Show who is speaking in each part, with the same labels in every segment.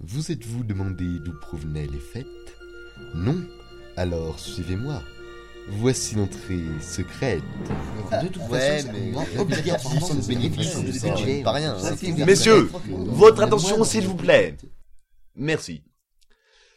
Speaker 1: Vous êtes-vous demandé d'où provenaient les fêtes Non Alors suivez-moi. Voici l'entrée secrète.
Speaker 2: De toute
Speaker 1: Ouais,
Speaker 2: façon,
Speaker 1: mais
Speaker 2: ça augmente
Speaker 1: obligatoirement
Speaker 2: obligatoirement
Speaker 1: de bénéfice,
Speaker 2: le
Speaker 1: ça
Speaker 2: budget.
Speaker 1: vaut pas rien.
Speaker 2: Ça, c'est
Speaker 1: Messieurs,
Speaker 2: exactement.
Speaker 3: votre attention, s'il vous plaît. Merci.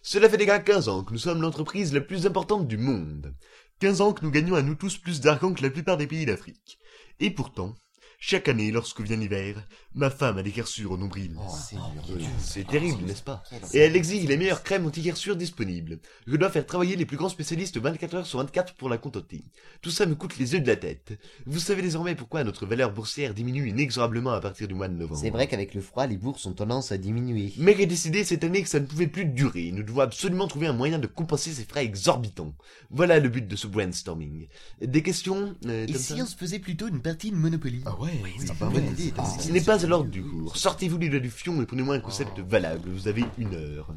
Speaker 3: Cela fait déjà 15 ans que nous sommes l'entreprise la plus importante du monde. 15 ans que nous gagnons à nous tous plus d'argent que la plupart des pays d'Afrique. Et pourtant, chaque année, lorsque vient l'hiver, ma femme a des cassures au nombril.
Speaker 2: C'est
Speaker 3: Oh, C'est terrible, n'est-ce pas Et elle exige les meilleures crèmes anti-cassures disponibles. Je dois faire travailler les plus grands spécialistes 24 heures sur 24 pour la contenter. Tout ça me coûte les yeux de la tête. Vous savez désormais pourquoi notre valeur boursière diminue inexorablement à partir du mois de novembre.
Speaker 2: C'est vrai qu'avec le froid, les bourses ont tendance à diminuer.
Speaker 3: Mec a décidé cette année que ça ne pouvait plus durer. Nous devons absolument trouver un moyen de compenser ces frais exorbitants. Voilà le but de ce brainstorming. Des questions euh, comme ça
Speaker 1: se faisait plutôt une partie de Monopoly Ah ouais, c'est
Speaker 3: pas mal. Ce n'est pas à l'ordre du jour. Sortez-vous les doigts du fion et prenez-moi un concept
Speaker 1: Oh.
Speaker 3: valable. Vous avez une heure.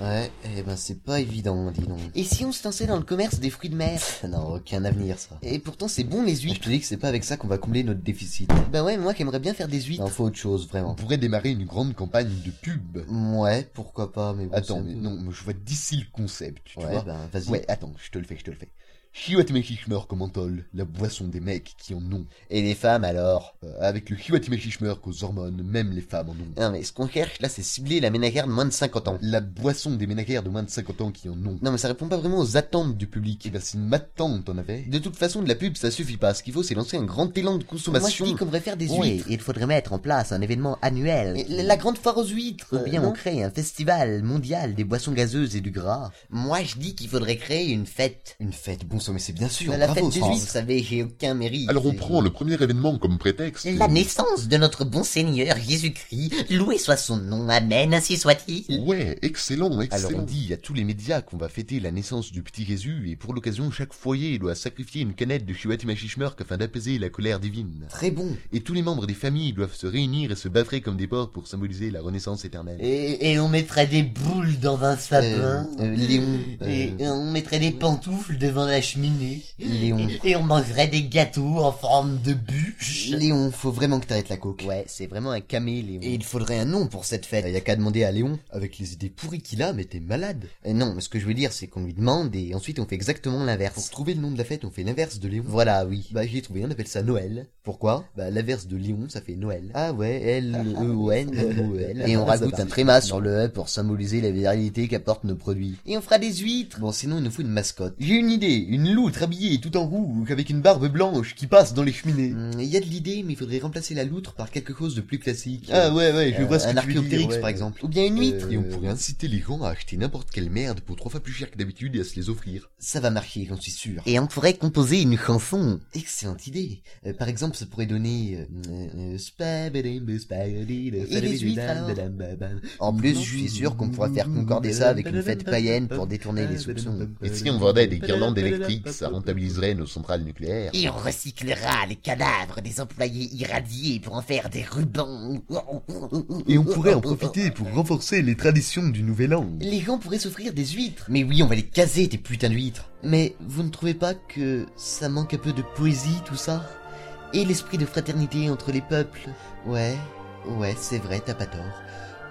Speaker 2: Ouais, eh ben c'est pas évident, dis donc. Et si on se lançait dans le commerce des fruits de mer Non, aucun avenir ça. Et pourtant c'est bon les huîtres. Je te dis que c'est pas avec ça qu'on va combler notre déficit. Bah ouais, moi qui aimerais bien faire des huîtres. Non, faut autre chose,
Speaker 1: On
Speaker 2: vraiment.
Speaker 1: pourrait démarrer une grande campagne de pub.
Speaker 2: Ouais, pourquoi pas, mais bon. c'est
Speaker 1: Attends,
Speaker 2: un
Speaker 1: mais
Speaker 2: peu-
Speaker 1: non, mais je vois d'ici le concept, tu
Speaker 2: Ouais,
Speaker 1: vois.
Speaker 2: ben vas-y.
Speaker 1: Ouais, attends, je te le fais, je te le fais. Chihuatimekishmer comme mentol, la boisson des mecs qui en ont.
Speaker 2: Et les femmes alors
Speaker 1: Euh, avec le Chihuatimekishmer qu'aux hormones, même les femmes en ont.
Speaker 2: Non mais ce qu'on cherche là c'est cibler la ménagère de moins de 50 ans.
Speaker 1: La boisson des ménagères de moins de 50 ans qui en ont.
Speaker 2: Non mais ça répond pas vraiment aux attentes du public.
Speaker 1: Eh ben, si ma tante en avait.
Speaker 2: De toute façon, de la pub, ça suffit pas. Ce qu'il faut, c'est lancer un grand élan de consommation.
Speaker 4: Moi, je dis qu'on devrait faire des
Speaker 2: Ouais,
Speaker 4: huîtres. Il faudrait mettre en place un événement annuel.
Speaker 2: Et la- La grande foire aux huîtres.
Speaker 4: Ou bien
Speaker 2: euh,
Speaker 4: on
Speaker 2: non
Speaker 4: crée un festival mondial des boissons gazeuses et du gras. Moi, je dis qu'il faudrait créer une fête.
Speaker 2: Une fête, bon sang, mais c'est bien sûr.
Speaker 4: À la
Speaker 2: bravo,
Speaker 4: fête des
Speaker 2: Franck.
Speaker 4: huîtres,
Speaker 2: Vous savez, j'ai aucun mérite.
Speaker 5: Alors on prend le premier événement comme prétexte.
Speaker 4: La naissance de notre bon Seigneur Jésus-Christ, loué soit son nom, Amen, ainsi soit-il.
Speaker 5: Ouais, excellent,
Speaker 1: Alors on
Speaker 5: excellent.
Speaker 1: dit à tous les médias qu'on va fêter la naissance du petit Jésus et pour l'occasion chaque foyer doit sacrifier une canette de Chihuatimekishmer afin d'apaiser la colère divine.
Speaker 2: Très bon.
Speaker 1: Et tous les membres des familles doivent se réunir et se battre comme des porcs pour symboliser la renaissance éternelle.
Speaker 4: Et, et on mettrait des boules dans un sapin.
Speaker 2: Euh, euh, Léon, euh,
Speaker 4: Et on mettrait des pantoufles devant la cheminée.
Speaker 2: Léon.
Speaker 4: Et on mangerait des gâteaux en forme de bûche.
Speaker 2: Léon, faut vraiment que t'arrêtes la coke.
Speaker 4: Ouais, c'est vraiment un camé, Léon.
Speaker 2: Et il faudrait un nom pour cette fête. Y a qu'à demander à Léon.
Speaker 1: Avec les idées pourries qu'il a, mais t'es malade.
Speaker 2: Euh, non, mais ce que je veux dire, c'est qu'on lui demande et ensuite on fait exactement
Speaker 1: Pour
Speaker 2: l'inverse.
Speaker 1: trouver le nom de la fête, on fait l'inverse de Léon.
Speaker 2: Voilà, oui.
Speaker 1: Bah j'ai trouvé, on appelle ça Noël.
Speaker 2: Pourquoi
Speaker 1: Bah l'inverse de Léon, ça fait Noël.
Speaker 2: Ah ouais, L-E-O-N, L-O-E-l.
Speaker 1: Et on rajoute un
Speaker 2: tréma sur le E pour symboliser la virilité qu'apportent nos produits.
Speaker 4: Et on fera des huîtres.
Speaker 2: Bon, sinon, il nous faut une mascotte.
Speaker 1: J'ai une idée, une loutre habillée tout en rouge, avec une barbe blanche qui passe dans les cheminées.
Speaker 2: Hmm, Il y a de l'idée, mais il faudrait remplacer la loutre par quelque chose de plus classique.
Speaker 1: Ah ouais, ouais, je
Speaker 2: Euh,
Speaker 1: vois ce que
Speaker 2: un
Speaker 1: tu veux dire,
Speaker 2: archéoptérix,
Speaker 1: ouais. Euh,
Speaker 2: par exemple. Euh, Ou bien une huître.
Speaker 1: Et on pourrait inciter les gens à acheter n'importe quelle merde pour trois fois plus cher que d'habitude et à se les offrir.
Speaker 2: Ça va marcher, j'en suis sûr.
Speaker 4: Et on pourrait composer une chanson.
Speaker 2: Excellente idée. Euh, par exemple, ça pourrait donner... euh, euh, euh, spabadim, spabadim, spabadim,
Speaker 4: huîtres, alors
Speaker 3: Eh
Speaker 2: badam,
Speaker 3: ben,
Speaker 2: badam. En plus, je suis sûr qu'on pourra faire concorder ça avec une fête païenne pour détourner les soupçons.
Speaker 5: Et si on vendait des guirlandes électriques, ça rentabiliserait nos centrales nucléaires.
Speaker 4: Et on recyclera les cadavres des employés irradiés pour en faire des rubans.
Speaker 1: Et on pourrait en profiter pour renforcer les traditions du Nouvel An.
Speaker 2: Les gens pourraient s'offrir des huîtres. Mais oui, on va les caser, tes putains d'huîtres. Mais vous ne trouvez pas que ça manque un peu de poésie, tout ça Et l'esprit de fraternité entre les peuples Ouais, ouais, c'est vrai, t'as pas tort.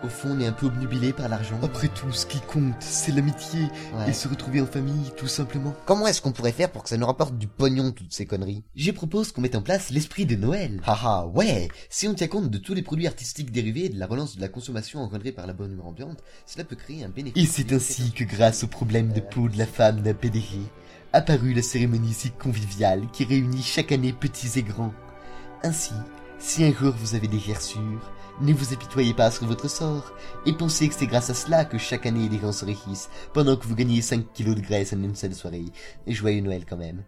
Speaker 2: Au fond, on est un peu obnubilé par l'argent.
Speaker 1: Après tout, ce qui compte, c'est l'amitié
Speaker 2: Ouais.
Speaker 1: et se retrouver en famille, tout simplement.
Speaker 2: Comment est-ce qu'on pourrait faire pour que ça nous rapporte du pognon, toutes ces conneries Je propose qu'on mette en place l'esprit de Noël. Haha, ouais Si on tient compte de tous les produits artistiques dérivés et de la relance de la consommation engendrée par la bonne humeur ambiante, cela peut créer un bénéfice.
Speaker 1: Et c'est ainsi que grâce au problème de peau de la femme d'un PDG, apparut la cérémonie si conviviale qui réunit chaque année petits et grands. Ainsi, si un jour vous avez des gerçures, ne vous apitoyez pas sur votre sort, et pensez que c'est grâce à cela que chaque année les gens se réjouissent, pendant que vous gagnez 5 kilos de graisse en une seule soirée. Joyeux Noël quand même.